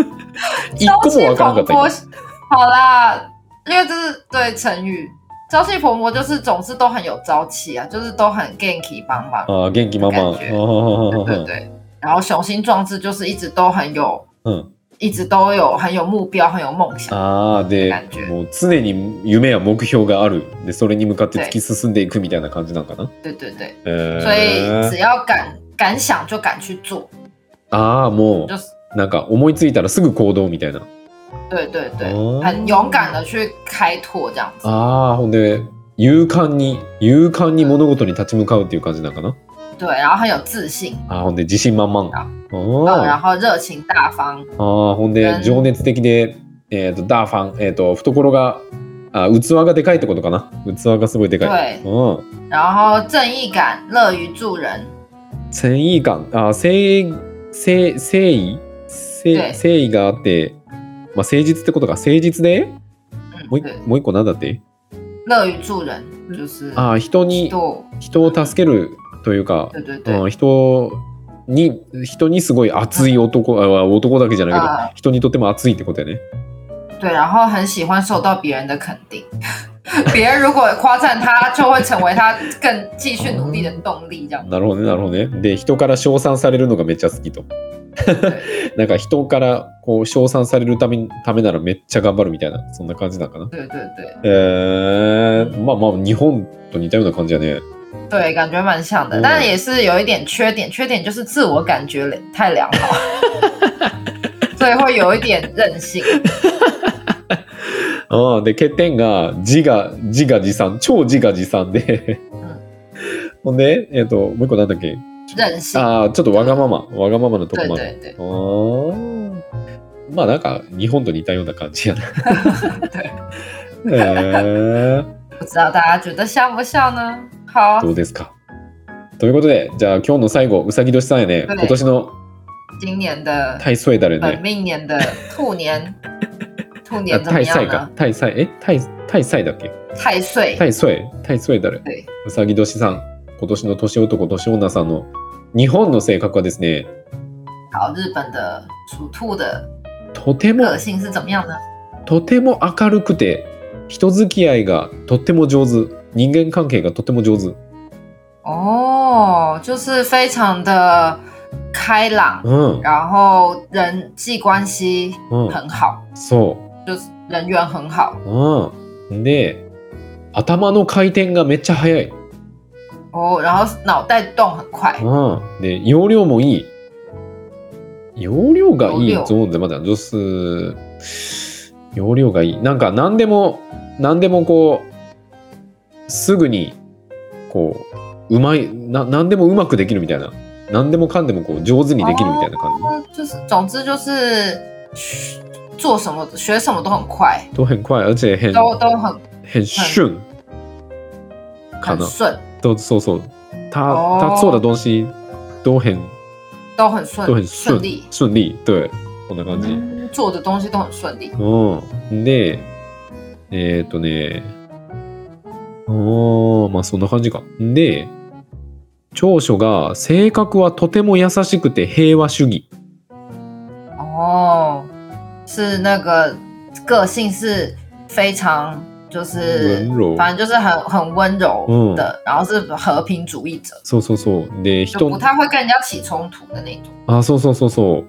[SPEAKER 1] 一
[SPEAKER 2] 朝
[SPEAKER 1] 個
[SPEAKER 2] 气
[SPEAKER 1] もわからなか
[SPEAKER 2] 蓬
[SPEAKER 1] った
[SPEAKER 2] 勃，好啦，因为这是对成语。朝气蓬勃就是总是都很有朝气啊，就是都很 ganky 帮忙，
[SPEAKER 1] 今。あー元気満々。
[SPEAKER 2] 感
[SPEAKER 1] あ
[SPEAKER 2] 对
[SPEAKER 1] ー
[SPEAKER 2] 对。然后雄心壮志就是一直都很有，
[SPEAKER 1] うん
[SPEAKER 2] 一直都有很有目标、很有梦想。
[SPEAKER 1] あー
[SPEAKER 2] 感じ
[SPEAKER 1] でもう常に夢や目標があるでそれに向かって突き進んでいくみたいな感じなんかな、
[SPEAKER 2] 对对对，
[SPEAKER 1] え
[SPEAKER 2] 所以
[SPEAKER 1] ー
[SPEAKER 2] 只要敢敢想就敢去做，
[SPEAKER 1] ああも
[SPEAKER 2] 就是
[SPEAKER 1] うなんか思いついたらすぐ行動みたいな
[SPEAKER 2] 对对对
[SPEAKER 1] 哦，
[SPEAKER 2] 很勇敢的去开拓这样子。
[SPEAKER 1] ああほんで勇敢に勇敢に物事に立ち向かうっていう感じなんかな
[SPEAKER 2] 对，然后很有自信，
[SPEAKER 1] あーほんで自信満々
[SPEAKER 2] あ嗯，
[SPEAKER 1] あ
[SPEAKER 2] 然后热情大方，
[SPEAKER 1] あーほん
[SPEAKER 2] う
[SPEAKER 1] で
[SPEAKER 2] ん
[SPEAKER 1] 情熱的で、えー、とダーファン、えー、と懐があ器がでかいってことかな器がすごいでかい。
[SPEAKER 2] 对，
[SPEAKER 1] うん、
[SPEAKER 2] 然后正义感，乐于助人，
[SPEAKER 1] 繊維感あー誠誠誠意
[SPEAKER 2] 对
[SPEAKER 1] 誠誠意があって、まあ、誠実ってことか誠実で
[SPEAKER 2] 嗯，
[SPEAKER 1] もう
[SPEAKER 2] 对
[SPEAKER 1] 一，もう一個なんだって
[SPEAKER 2] 乐于助人，就是
[SPEAKER 1] あー人に
[SPEAKER 2] 人を
[SPEAKER 1] 人を助けるというか、
[SPEAKER 2] 对对对，
[SPEAKER 1] うん、人に人にすごい熱い男、あ男だけじゃないけど、
[SPEAKER 2] 啊、
[SPEAKER 1] 人にとっても熱いってことやね。
[SPEAKER 2] 对，然后很喜欢受到别人的肯定， 别人如果夸赞他，就会成为他更继续努力的动力，这样。
[SPEAKER 1] なるほどね、なるほどね。で、人から称賛されるのがめっちゃ好きと。 なんか人からこう称賛されるためためならめっちゃ頑張るみたいな、そんな感じなのかな。
[SPEAKER 2] 对对对
[SPEAKER 1] えー、まあまあ、日本と似たような感じやね。
[SPEAKER 2] 对，感觉蛮像的，
[SPEAKER 1] 嗯
[SPEAKER 2] 但也是有一点缺点，缺点就是自我感觉良太良 好，所以会有一点任 性。
[SPEAKER 1] うん、で、欠点が自我、自画自賛、超自画自賛で。ほんで、えっ、と、もう一個なんだっけ
[SPEAKER 2] 任性。
[SPEAKER 1] ああ、ちょっとわがまま、わがままのとこ
[SPEAKER 2] 对
[SPEAKER 1] もある。
[SPEAKER 2] 对对
[SPEAKER 1] あーまあなんか日本と似たような感じやな。えー
[SPEAKER 2] 不知道大家觉得像不像呢？好
[SPEAKER 1] ど，うですかということで、じゃあ今日の最後、うさぎ年さんやね。
[SPEAKER 2] はい
[SPEAKER 1] 今年の
[SPEAKER 2] 今年的
[SPEAKER 1] 太岁だよ
[SPEAKER 2] 本
[SPEAKER 1] ね。
[SPEAKER 2] 命年的 兔年，兔
[SPEAKER 1] あ
[SPEAKER 2] 年怎么
[SPEAKER 1] 呃太
[SPEAKER 2] 样
[SPEAKER 1] 歳か
[SPEAKER 2] 呢？。
[SPEAKER 1] 太歳、え太太歳だっけ
[SPEAKER 2] 太岁，
[SPEAKER 1] 太岁、太岁だよ
[SPEAKER 2] はい。
[SPEAKER 1] うさぎ年さん、今年の年男、年女さんの日本の性格はですね、
[SPEAKER 2] 好，日本的属兔的
[SPEAKER 1] とても
[SPEAKER 2] 个性是怎么样呢？
[SPEAKER 1] とても明るくて人付き合いがとても上手人間関係がとても上手嗯
[SPEAKER 2] 哦，就是非常的开朗，
[SPEAKER 1] うん、
[SPEAKER 2] 然后人际关系
[SPEAKER 1] うん、
[SPEAKER 2] 很好，
[SPEAKER 1] そ
[SPEAKER 2] 就是人缘很好
[SPEAKER 1] う、うん、で頭の回転がめっちゃ速い、
[SPEAKER 2] 哦，然后脑袋动很快，
[SPEAKER 1] うん、で容量もいい容量がいい
[SPEAKER 2] 容量
[SPEAKER 1] ゾーンでまだ女数容量がいいなんか何でも何でもこうすぐにこううまいな何でもうまくできるみたいな何でもかんでもこう上手にできるみたいな感じ
[SPEAKER 2] 哦就是总之就是学做什么学什么都很快，
[SPEAKER 1] 都很快，而且很
[SPEAKER 2] 都都很
[SPEAKER 1] 很顺，可
[SPEAKER 2] 很
[SPEAKER 1] 能
[SPEAKER 2] 顺，
[SPEAKER 1] 都搜索他、
[SPEAKER 2] 哦
[SPEAKER 1] 他做的东西都很
[SPEAKER 2] 都很顺，
[SPEAKER 1] 都很
[SPEAKER 2] 顺
[SPEAKER 1] 顺
[SPEAKER 2] 利，
[SPEAKER 1] 顺利，对，こんな感じ。
[SPEAKER 2] 嗯做的东西都很顺利。
[SPEAKER 1] うん、で、えーっ、とね、おーまあそんな感じか。で、長所が性格はとても優しくて平和主義。
[SPEAKER 2] 哦，是那个个性是非常就是
[SPEAKER 1] 温柔嗯
[SPEAKER 2] 反正就是很很温柔的，然后是和平主义者，
[SPEAKER 1] そうそうそう。で、
[SPEAKER 2] 就
[SPEAKER 1] 人
[SPEAKER 2] 不太会跟人家起冲突的那种。
[SPEAKER 1] あ、そうそうそうそう。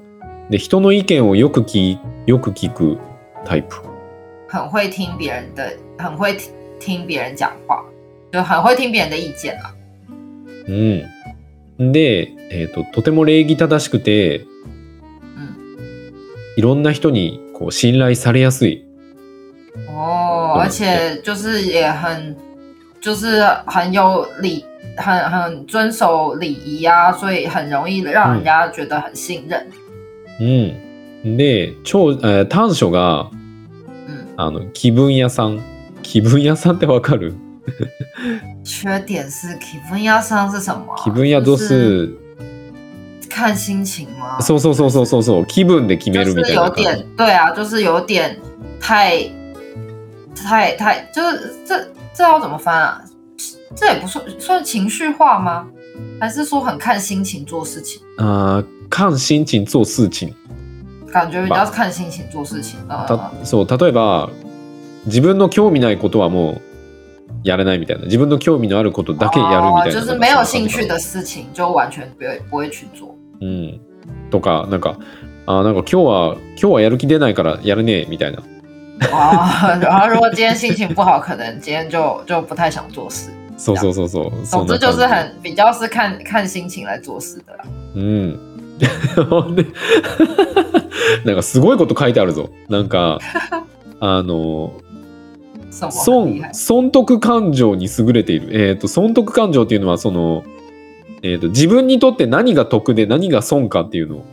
[SPEAKER 1] で、人の意見をよく聞よく聞くタイプ。
[SPEAKER 2] 很会听别人的，很会听听别人讲话，就很会听别人的意见啊。
[SPEAKER 1] うん。で、えーと、とても礼儀正しくて、いろんな人にこう信頼されやすい。
[SPEAKER 2] 哦，
[SPEAKER 1] 对
[SPEAKER 2] 而且就是也很，就是很有礼，很很遵守礼仪啊，所以很容易让人
[SPEAKER 1] 嗯
[SPEAKER 2] 家觉得很信任。
[SPEAKER 1] うん。で、長、えー短所が、
[SPEAKER 2] 嗯，
[SPEAKER 1] あの、気分屋さん。気分屋さんってわかる
[SPEAKER 2] 缺点是 k i v n y a 上是什么啊、
[SPEAKER 1] 気分屋どう
[SPEAKER 2] 就是
[SPEAKER 1] す、
[SPEAKER 2] 看心情吗？
[SPEAKER 1] そうそうそうそうそうそう、気分で決める
[SPEAKER 2] 就
[SPEAKER 1] みた
[SPEAKER 2] 是
[SPEAKER 1] い
[SPEAKER 2] 有
[SPEAKER 1] な感
[SPEAKER 2] 点
[SPEAKER 1] じ。
[SPEAKER 2] 对啊，就是有点太太太，就是这这要怎么翻啊？这也不算算情绪化吗？还是说很看心情做事情？
[SPEAKER 1] あー感心情做事情。
[SPEAKER 2] 感觉比较是看心情做事情。
[SPEAKER 1] た
[SPEAKER 2] 呃，
[SPEAKER 1] そう例えば自分の興味ないことはもうやらないみたいな自分の興味のあることだけやるみたいな,なんか、
[SPEAKER 2] 哦就是没有
[SPEAKER 1] そん
[SPEAKER 2] 兴
[SPEAKER 1] な感じ
[SPEAKER 2] 趣的事情就完全不会不会去做。
[SPEAKER 1] うん、とかなんかあーなんか今日は今日はやる気出ないからやるねみたいな
[SPEAKER 2] 啊、然后如果今天心情不好，可能今天就就不太想做事。
[SPEAKER 1] そうそうそうそうそ
[SPEAKER 2] 总
[SPEAKER 1] んな
[SPEAKER 2] 之就
[SPEAKER 1] 感じ
[SPEAKER 2] 是很比较是看看心情来做事的啦。
[SPEAKER 1] うん ほんでなんかすごいこと書いてあるぞなんかあの
[SPEAKER 2] 什么很
[SPEAKER 1] 損
[SPEAKER 2] 厉害？
[SPEAKER 1] 損得感情に優れている、えー、と損得感情っていうのはその、えー、と自分にとって何が得で何が損かっていうのを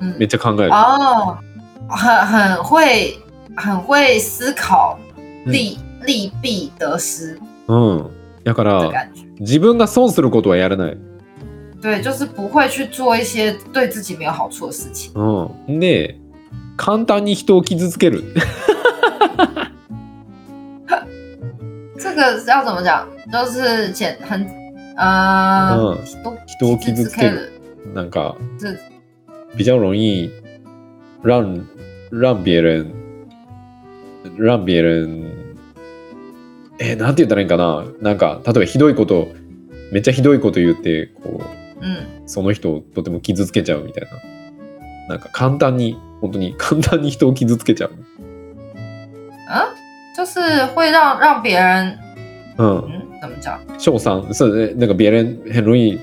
[SPEAKER 2] 嗯
[SPEAKER 1] めっちゃ考える、
[SPEAKER 2] 哦，很很会很会思考
[SPEAKER 1] 嗯
[SPEAKER 2] 利、利弊得失
[SPEAKER 1] うん、だか
[SPEAKER 2] 的
[SPEAKER 1] ら
[SPEAKER 2] 感觉。
[SPEAKER 1] 自分が損することはやらない、
[SPEAKER 2] 对，就是不会去做一些对自己没有好处的事情。
[SPEAKER 1] うん、で簡単に人を傷つける
[SPEAKER 2] 这个要怎么讲？就是简很呃、
[SPEAKER 1] うん人を傷つける。なんか
[SPEAKER 2] 这
[SPEAKER 1] 比较容易让让别人让别人えなんて言ったらいいんかななんか例えばひどいことめっちゃひどいこと言ってこう
[SPEAKER 2] 嗯
[SPEAKER 1] その人をとても傷つけちゃうみたいななんか簡単に本当に簡単に人を傷つけちゃう
[SPEAKER 2] 啊，就是会让让别人
[SPEAKER 1] うん
[SPEAKER 2] 嗯怎么讲？
[SPEAKER 1] 受伤是那个别人很容易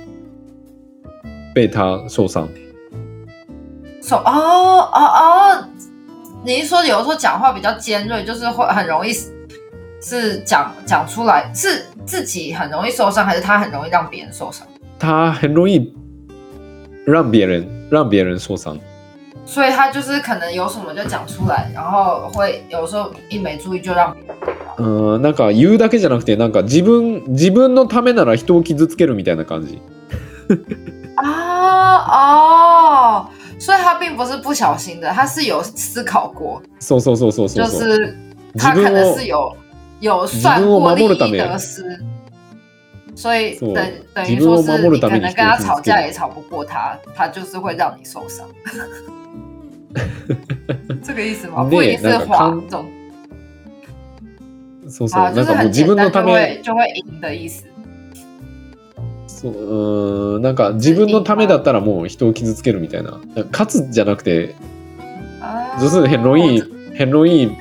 [SPEAKER 1] 被他受伤
[SPEAKER 2] 手哦哦哦，你是说有的时候讲话比较尖锐，就是会很容易是是讲讲出来，是自己很容易受伤，还是他很容易让别人受伤？
[SPEAKER 1] 他很容易让别人让别人受伤
[SPEAKER 2] 所以他就是可能有什么就讲出来，然后会有时候一没注意就让别人受伤。
[SPEAKER 1] うんなんか言うだけじゃなくてなんか自分自分のためなら人を傷つけるみたいな感じ
[SPEAKER 2] 啊哦，所以他并不是不小心的，他是有思考过，
[SPEAKER 1] そうそうそうそうそ
[SPEAKER 2] 就
[SPEAKER 1] うそう
[SPEAKER 2] 是他
[SPEAKER 1] 自
[SPEAKER 2] 可
[SPEAKER 1] 分
[SPEAKER 2] 能
[SPEAKER 1] を
[SPEAKER 2] 是有有算过利益得失，所以
[SPEAKER 1] そう
[SPEAKER 2] 等等于说
[SPEAKER 1] 自
[SPEAKER 2] 是
[SPEAKER 1] 分を守
[SPEAKER 2] 你
[SPEAKER 1] るた
[SPEAKER 2] 可
[SPEAKER 1] めに
[SPEAKER 2] 能跟他
[SPEAKER 1] 人を傷つける
[SPEAKER 2] 吵架也吵不过他，他就是会让你受 伤。这个意思吗？
[SPEAKER 1] ね
[SPEAKER 2] 不一定是
[SPEAKER 1] なんか
[SPEAKER 2] 滑
[SPEAKER 1] 勘
[SPEAKER 2] 总
[SPEAKER 1] そうそう
[SPEAKER 2] 啊，
[SPEAKER 1] な
[SPEAKER 2] 就
[SPEAKER 1] ん
[SPEAKER 2] 是
[SPEAKER 1] かもう
[SPEAKER 2] 很
[SPEAKER 1] 自
[SPEAKER 2] 简
[SPEAKER 1] 分のた
[SPEAKER 2] 单就
[SPEAKER 1] め
[SPEAKER 2] 会就会赢的意思。
[SPEAKER 1] そううーんなんか自分のためだったらもう人を傷つけるみたいななんか勝つじゃなくて
[SPEAKER 2] 啊
[SPEAKER 1] 就是很容易很容易
[SPEAKER 2] 总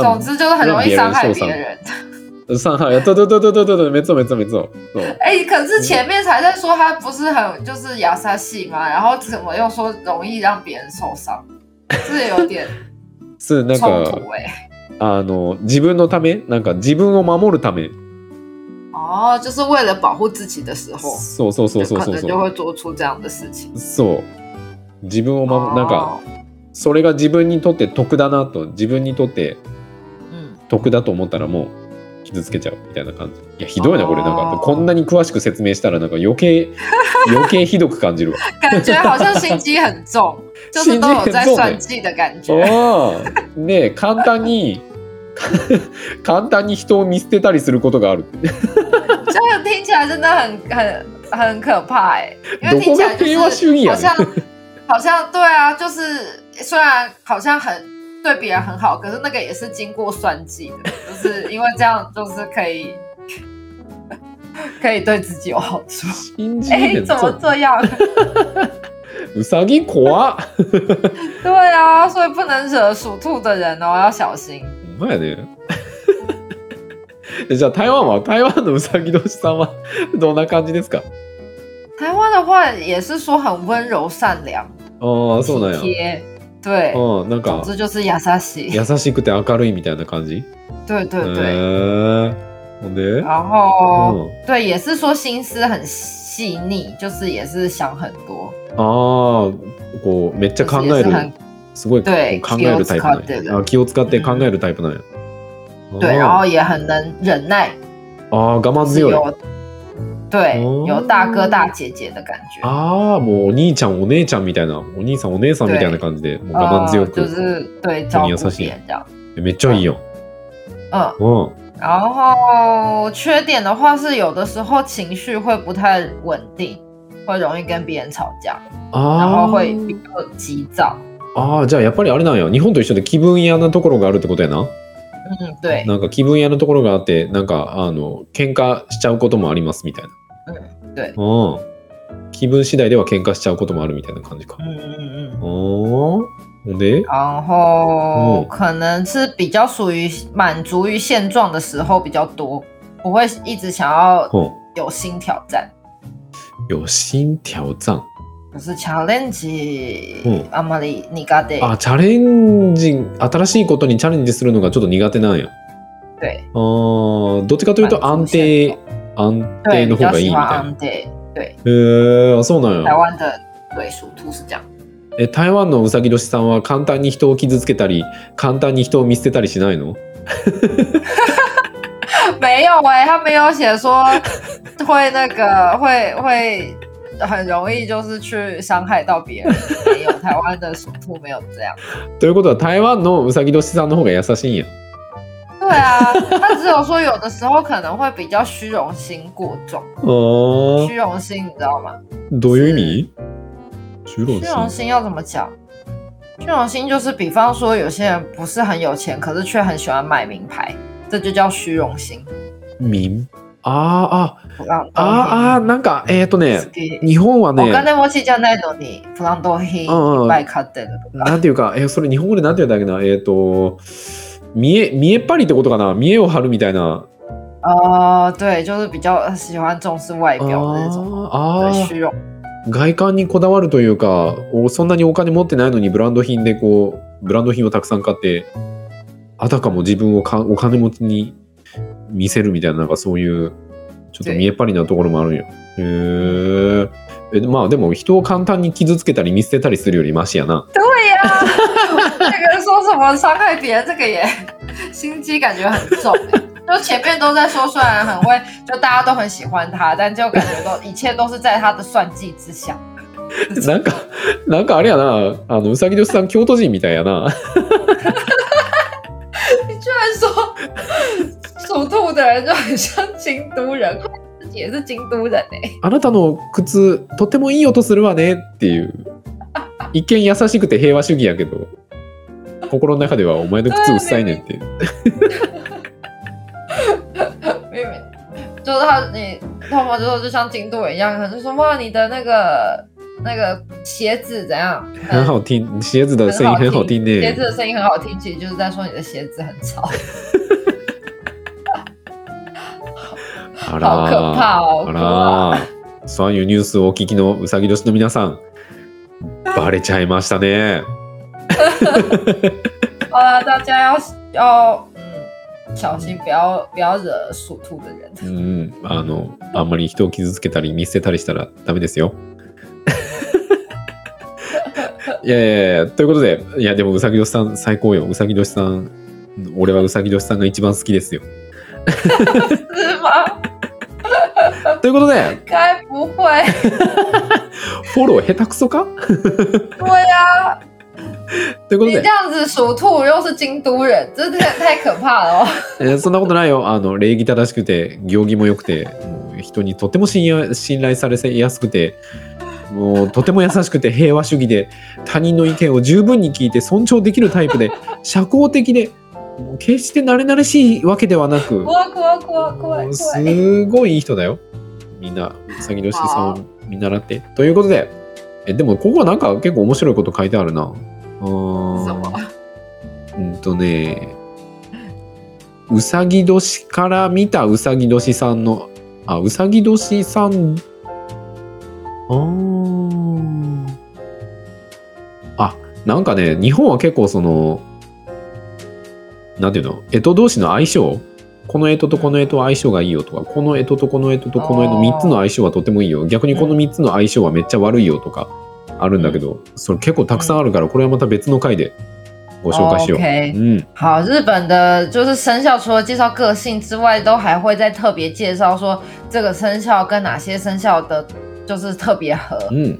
[SPEAKER 1] 让
[SPEAKER 2] 之就是很容易伤害
[SPEAKER 1] 让别人受伤
[SPEAKER 2] 别人。
[SPEAKER 1] 上海对对对对对对对没错没错没错そう
[SPEAKER 2] 哎、可
[SPEAKER 1] 嗯
[SPEAKER 2] 是前面才在说他不是很就是亚萨系嘛，然后怎么又说容易让别人受伤，这有点
[SPEAKER 1] 是 那
[SPEAKER 2] 冲
[SPEAKER 1] 个
[SPEAKER 2] 突哎、
[SPEAKER 1] あの自分のためなんか自分を守るため
[SPEAKER 2] 哦，就是为了保护自己的时候，
[SPEAKER 1] そうそうそうそう
[SPEAKER 2] 可
[SPEAKER 1] そう
[SPEAKER 2] 能
[SPEAKER 1] そ
[SPEAKER 2] 就
[SPEAKER 1] う
[SPEAKER 2] 会做出这样的事情。
[SPEAKER 1] そう自分を守
[SPEAKER 2] 哦
[SPEAKER 1] るなんかそれが自分にとって得だなと自分にとって
[SPEAKER 2] 嗯，
[SPEAKER 1] 得だと思ったらもう傷つけちゃうみたいな感じいやひどいなこれ
[SPEAKER 2] あ
[SPEAKER 1] なん
[SPEAKER 2] ー
[SPEAKER 1] かこんなに詳しく説明したらなんか余 計余計ひどく感じるわ
[SPEAKER 2] 感觉好像心机很重，就是都有在算计的感觉。
[SPEAKER 1] あーねえ簡単に 簡単に人を見捨てたりすることがある
[SPEAKER 2] 这个听起来真的很很很可怕哎、因为
[SPEAKER 1] どこ
[SPEAKER 2] 听起来
[SPEAKER 1] が
[SPEAKER 2] 就
[SPEAKER 1] 平和
[SPEAKER 2] 是
[SPEAKER 1] 主義
[SPEAKER 2] 好
[SPEAKER 1] やねん
[SPEAKER 2] 像好像对啊，就是虽然好像很对别人很好，可是那个也是经过算计的，就是因为这样就是可以 可以对自己有好处。
[SPEAKER 1] 信じ
[SPEAKER 2] 哎、
[SPEAKER 1] れへん
[SPEAKER 2] 怎么
[SPEAKER 1] ぞ
[SPEAKER 2] 这样？
[SPEAKER 1] うさぎ怖っ
[SPEAKER 2] 对啊，所以不能惹属兔的人哦，要小心。
[SPEAKER 1] ほんまやね えじゃあ台湾は台湾のうさぎ年さんはどんな感じですか
[SPEAKER 2] 台湾的话也是说很温柔、善良、
[SPEAKER 1] ああそうなん
[SPEAKER 2] 体
[SPEAKER 1] や
[SPEAKER 2] 贴，对，
[SPEAKER 1] うんなん
[SPEAKER 2] 总
[SPEAKER 1] か
[SPEAKER 2] 之就是亚萨西，
[SPEAKER 1] 優しくて明るいみたいな感じ
[SPEAKER 2] 对对
[SPEAKER 1] へ
[SPEAKER 2] 对，
[SPEAKER 1] ーほんで
[SPEAKER 2] 然后。
[SPEAKER 1] うん
[SPEAKER 2] 对，也是说心思很细腻，就是也是想很多，
[SPEAKER 1] ああこうめっちゃ考
[SPEAKER 2] 就
[SPEAKER 1] え
[SPEAKER 2] 是也是
[SPEAKER 1] る
[SPEAKER 2] 很
[SPEAKER 1] すごいこう
[SPEAKER 2] 对
[SPEAKER 1] 考えるタイプなん
[SPEAKER 2] 気を使って
[SPEAKER 1] やあ気を使って
[SPEAKER 2] る
[SPEAKER 1] 考えるタイプなんや
[SPEAKER 2] 对，然
[SPEAKER 1] あ
[SPEAKER 2] 后也很能忍耐，
[SPEAKER 1] ーあー我慢
[SPEAKER 2] 就是
[SPEAKER 1] 強い
[SPEAKER 2] 有对
[SPEAKER 1] 哦啊
[SPEAKER 2] 有大哥大姐姐的感觉，
[SPEAKER 1] ああもうお兄ちゃんお姉ちゃんみたいなお兄さんお姉さんみたいな感じでもう我慢
[SPEAKER 2] 呃
[SPEAKER 1] 強
[SPEAKER 2] 就
[SPEAKER 1] く
[SPEAKER 2] 是对照
[SPEAKER 1] 你要
[SPEAKER 2] 顾
[SPEAKER 1] 相信
[SPEAKER 2] 别人这样，
[SPEAKER 1] えめっちゃいいやん
[SPEAKER 2] 嗯，
[SPEAKER 1] うん
[SPEAKER 2] 然后缺点的话是有的时候情绪会不太稳定，会容易跟别人吵架，然
[SPEAKER 1] あ
[SPEAKER 2] 后会比较急躁，
[SPEAKER 1] ああじゃあやっぱりあれなんや日本と一緒で気分屋なところがあるってことやな
[SPEAKER 2] 嗯，对，
[SPEAKER 1] なんか気分屋なところがあってなんかあの喧嘩しちゃうこともありますみたいな
[SPEAKER 2] 对
[SPEAKER 1] うん気分次第では喧嘩しちゃうこともあるみたいな感じか
[SPEAKER 2] 嗯嗯嗯
[SPEAKER 1] あ
[SPEAKER 2] 嗯。
[SPEAKER 1] ほんで
[SPEAKER 2] 然
[SPEAKER 1] 嗯
[SPEAKER 2] 后可能是比较属于满足于现状的时候比较多，不会一直想要
[SPEAKER 1] ほん
[SPEAKER 2] 有新挑战，
[SPEAKER 1] 有心挑战
[SPEAKER 2] 就是 challenge、
[SPEAKER 1] 嗯
[SPEAKER 2] あんまり苦手。
[SPEAKER 1] あチャレンジ新しいことにチャレンジするのがちょっと苦手なんや
[SPEAKER 2] 对
[SPEAKER 1] あーどっちかというと安定安定
[SPEAKER 2] 对，
[SPEAKER 1] の
[SPEAKER 2] 比
[SPEAKER 1] 方
[SPEAKER 2] 较
[SPEAKER 1] がいい
[SPEAKER 2] 喜
[SPEAKER 1] み
[SPEAKER 2] 欢
[SPEAKER 1] たいな
[SPEAKER 2] 安定。对，
[SPEAKER 1] へえあそうなん
[SPEAKER 2] 台
[SPEAKER 1] や
[SPEAKER 2] 湾的对属兔是这样。
[SPEAKER 1] え台湾のうさぎ年さんは簡単に人を傷つけたり簡単に人を見捨てたりしないの
[SPEAKER 2] 没有哎、他没有写说 会那个会会很容易就是去伤害到 别人，没有台湾的属兔没有这样。
[SPEAKER 1] ということは台湾のうさぎ年さんの方が優しいんや
[SPEAKER 2] 对对啊，他只有说有的时候可能会比较虚荣心过重，
[SPEAKER 1] 哦
[SPEAKER 2] 虚，荣心你知道吗？
[SPEAKER 1] どういう意味？虚荣
[SPEAKER 2] 虚荣
[SPEAKER 1] 心。
[SPEAKER 2] 心要怎么讲？虚荣心就是，比方说有些人不是很有钱，可是却很喜欢买名牌，这就叫虚荣心。
[SPEAKER 1] 民あ
[SPEAKER 2] 不让
[SPEAKER 1] あああなんかえっ、ー、とね、日本は
[SPEAKER 2] お金
[SPEAKER 1] ね、
[SPEAKER 2] 持ちじゃないのにプランド品
[SPEAKER 1] 嗯
[SPEAKER 2] いっぱい買ってるとか。
[SPEAKER 1] なんていうか、えーそれ日本語でなんていうんだっけな、えっ、と見え見えっぱりってことかな、見えを張るみたいな。
[SPEAKER 2] あー哦对，就是比较呃喜欢重视外
[SPEAKER 1] あ
[SPEAKER 2] 表的那种
[SPEAKER 1] ー
[SPEAKER 2] 对
[SPEAKER 1] あー
[SPEAKER 2] 虚荣。
[SPEAKER 1] 外観にこだわるというか、おそんなにお金持ってないのにブランド品でこうブランド品をたくさん買って、あたかも自分をかお金持ちに見せるみたいななんかそういうちょっと見えっぱりなところもあるんよ。へーえ。まあでも人を簡単に傷つけたり見捨てたりするよりマシやな。
[SPEAKER 2] 对呀、那个人说什么伤害别人，这个也心机感觉很重、欸就前面都在说，虽然很会，就大家都很喜欢他，但就感觉都一切都是在他的算计之下。
[SPEAKER 1] なんかなんかあれやなあのうさぎ年さん京都人みたいやな。
[SPEAKER 2] 你居然说属兔的人就很像京都人，自己也是京都人哎、
[SPEAKER 1] あなたの靴とてもいい音するわねっていう一見優しくて平和主義やけど心の中ではお前の靴うっさいねんっていう
[SPEAKER 2] 妹妹，就是他，你他们就说就像京都人一样，可能就说哇，你的那个那个鞋子怎样，
[SPEAKER 1] 很好听鞋子的声音很好听
[SPEAKER 2] 鞋子
[SPEAKER 1] ね
[SPEAKER 2] 的声音很好听，其实就是在说你的鞋子很吵，
[SPEAKER 1] あ
[SPEAKER 2] 好可
[SPEAKER 1] ら
[SPEAKER 2] 怕哦！
[SPEAKER 1] あらそういうニュースをお聞きのうさぎ年の皆さんバレちゃいましたね
[SPEAKER 2] 好了，大家要要嗯小心，不要不要惹属兔的人。
[SPEAKER 1] うんあのあんまり人を傷つけたり見捨てたりしたらダメですよいやいやいやということでいやでもうさぎ年さん最高ようさぎ年さん俺はうさぎ年さんが一番好きですよ
[SPEAKER 2] 是吗？
[SPEAKER 1] ということで
[SPEAKER 2] 该不会？
[SPEAKER 1] フォロー下手くそか
[SPEAKER 2] 对呀、
[SPEAKER 1] ということ
[SPEAKER 2] 你这
[SPEAKER 1] で、
[SPEAKER 2] 样子属兔又是京都人，这太太可怕了哦！
[SPEAKER 1] えーそんなことないよあの礼儀正しくて行儀も良くてもう人にとても信用信頼されやすくてもうとても優しくて平和主義で他人の意見を十分に聞いて尊重できるタイプで社交的でもう決して慣れ慣れしいわけではなく
[SPEAKER 2] 怖怖怖怖
[SPEAKER 1] もう
[SPEAKER 2] 怖！
[SPEAKER 1] すごいいい人だよみんなうさぎ年さんを見習ってということでえでもここはなんか結構面白いこと書いてあるなう
[SPEAKER 2] 什
[SPEAKER 1] ーん
[SPEAKER 2] 么？
[SPEAKER 1] うんとね、うさぎ年から見たうさぎ年さんの、あ、うさぎ年さん、あーあ、なんかね、日本は結構その、なんていうの、干支同士の相性この干支とこの干支は相性がいいよとか、この干支とこの干支とこの干
[SPEAKER 2] あ
[SPEAKER 1] 支
[SPEAKER 2] ー
[SPEAKER 1] 3つの相性はとてもいいよ。逆にこの3つの相性はめっちゃ悪いよとかあるんだけど、それ結構たくさんあるから、これはまた別の回でご紹介しよう。う
[SPEAKER 2] OK
[SPEAKER 1] ん。
[SPEAKER 2] 好，日本的就是生肖，除了介绍个性之外，都还会再特别介绍说这个生肖跟哪些生肖的，就是特别合。
[SPEAKER 1] うん。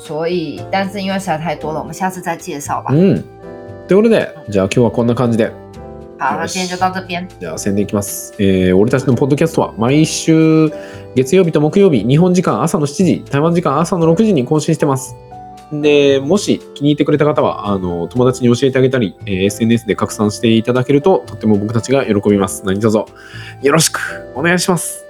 [SPEAKER 2] 所以，但是因为实在太多了，我们下次再介绍吧。
[SPEAKER 1] うん。ということで、じゃあ今日はこんな感じで。
[SPEAKER 2] 好，那今天就到这边。
[SPEAKER 1] じゃあ宣伝いきます、えー俺たちのポッドキャストは毎週月曜日と木曜日、日本時間朝の7時、台湾時間朝の6時に更新してます。で、もし気に入ってくれた方は、あの、友達に教えてあげたり、えー SNS で拡散していただけると、とっても僕たちが喜びます。何卒よろしくお願いします。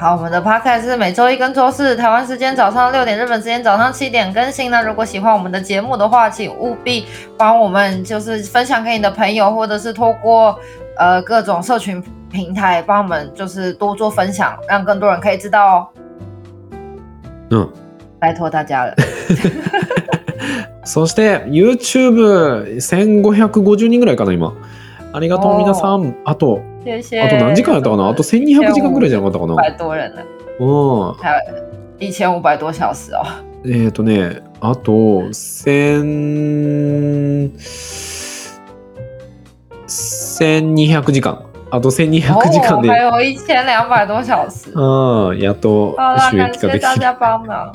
[SPEAKER 2] 好，我们的 podcast 是每周一跟周四台湾时间早上六点，日本时间早上七点更新。那如果喜欢我们的节目的话，请务必帮我们就是分享给你的朋友，或者是透过呃各种社群平台帮我们就是多做分享，让更多人可以知道哦。
[SPEAKER 1] うん。
[SPEAKER 2] 拜托大家了。
[SPEAKER 1] そして YouTube1550 人ぐらいかな、今。ありがとう皆さん。あと、
[SPEAKER 2] 谢谢。
[SPEAKER 1] あと何時間やったかなあと1200時間ぐらいじゃなかったかな
[SPEAKER 2] 五百多人了，
[SPEAKER 1] うん。
[SPEAKER 2] 一千五百多小时哦。
[SPEAKER 1] えっ、ー、とね、あと、千、千二百時間。あと千二 百時間
[SPEAKER 2] 哦，还
[SPEAKER 1] で、
[SPEAKER 2] 有一千两百多小时。
[SPEAKER 1] うん、やっと
[SPEAKER 2] 好啦，
[SPEAKER 1] 収
[SPEAKER 2] 感
[SPEAKER 1] 益化
[SPEAKER 2] 谢
[SPEAKER 1] で
[SPEAKER 2] 大
[SPEAKER 1] き
[SPEAKER 2] 家
[SPEAKER 1] る。
[SPEAKER 2] 帮 忙。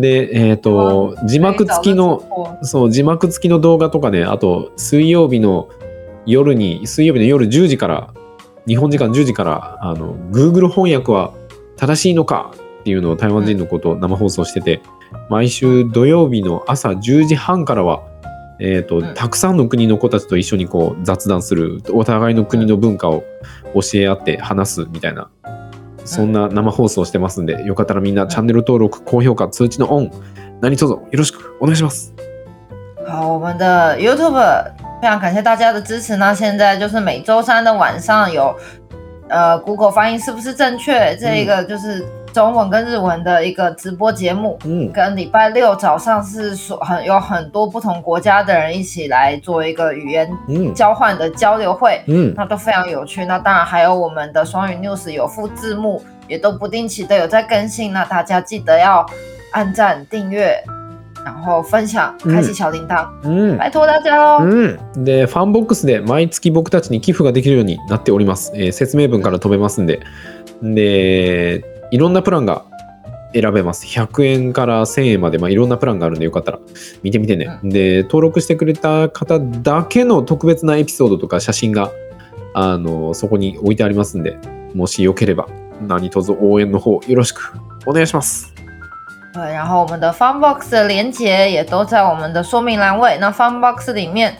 [SPEAKER 1] で、えっ、と、字幕付きの、
[SPEAKER 2] 可以找到直播。
[SPEAKER 1] そう、字幕付きの動画とかね、あと、水曜日の夜に、水曜日の夜10時から、日本時間10時から、あの、Google 翻訳は正しいのかっていうのを台湾人のことを生放送してて、毎週土曜日の朝10時半からは、えっ、と、
[SPEAKER 2] うん
[SPEAKER 1] たくさんの国の子たちと一緒にこう雑談する、お互いの国の文化を教え合って話すみたいな、そんな生放送してますんで、よかったらみんなチャンネル登録、高評価、通知のオン、何卒よろしくお願いします。
[SPEAKER 2] 好，我们的 YouTube 非常感谢大家的支持。那现在就是每周三的晚上有，呃，Google 翻译是不是正确？这一个就是中文跟日文的一个直播节目。
[SPEAKER 1] 嗯，
[SPEAKER 2] 跟礼拜六早上是说很有很多不同国家的人一起来做一个语言
[SPEAKER 1] 嗯
[SPEAKER 2] 交换的交流会，
[SPEAKER 1] 嗯
[SPEAKER 2] 那都非常有趣。那当然还有我们的双语 news 有附字幕，也都不定期的有在更新。那大家记得要按赞、订阅，然后分享，
[SPEAKER 1] 嗯
[SPEAKER 2] 开启小铃铛，
[SPEAKER 1] 嗯。
[SPEAKER 2] 拜托大家哦喽。
[SPEAKER 1] うん、でファンボックスで毎月僕たちに寄付ができるようになっております、えー説明文から飛べますんででいろんなプランが選べます100円から1000円まで、まあ、いろんなプランがあるんでよかったら見てみてね、で登録してくれた方だけの特別なエピソードとか写真があのそこに置いてありますんでもしよければ何卒応援の方よろしくお願いします
[SPEAKER 2] 对，然后我们的 Funbox 的连接也都在我们的说明栏位。那 Funbox 里面，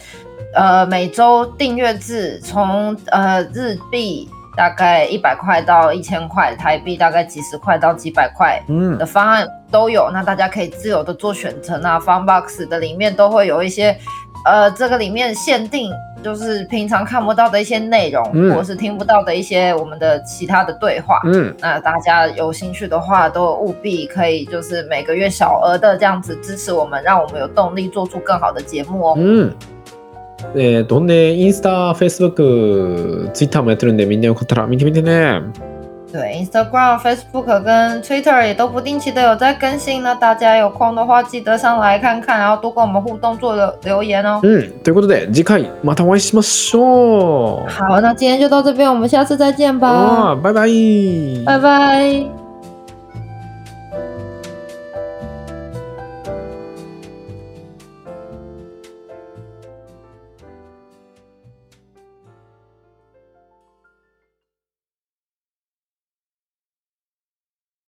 [SPEAKER 2] 呃，每周订阅制从呃日币大概一百块到一千块，台币大概几十块到几百块
[SPEAKER 1] うん
[SPEAKER 2] 的方案都有。那大家可以自由的做选择。那 Funbox 的里面都会有一些，呃，这个里面限定就是平常看不到的一些内容，
[SPEAKER 1] 嗯
[SPEAKER 2] 或者是听不到的一些我们的其他的对话。
[SPEAKER 1] うん
[SPEAKER 2] 那大家有兴趣的话，都务必可以就是每个月小额的这样子支持我们，让我们有动力做出更好的节目哦。
[SPEAKER 1] うん。えー、と、ほんで、インスタ、フェイスブック、ツイッターもやってるんで、みんなよかったら見てみてね。
[SPEAKER 2] 对，Instagram、Facebook 跟 Twitter 也都不定期的有在更新，那大家有空的话记得上来看看，然后多跟我们互动做留留言哦。
[SPEAKER 1] うん。ということで、次回またお会いしましょう。
[SPEAKER 2] 好，那今天就到这边，我们下次再见
[SPEAKER 1] あ
[SPEAKER 2] 吧，
[SPEAKER 1] ーバイバイ。
[SPEAKER 2] 拜拜。